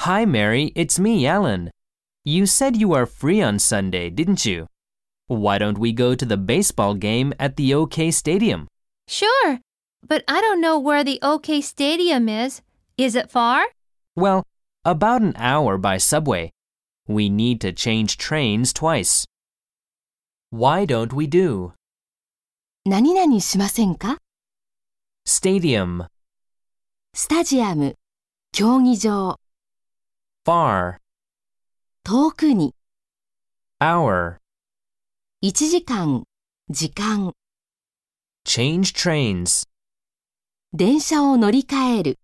Hi, Mary. It's me, Alan. You said you are free on Sunday, didn't you? Why don't we go to the baseball game at the OK Stadium? Sure, but I don't know where the OK Stadium is. Is it far? Well, about an hour by subway. We need to change trains twice. Why don't we do 何々しませんか stadium, スタジアム、競技場、 far, 遠くに、 hour, 1時間、時間、 change trains? 電車を乗り換える。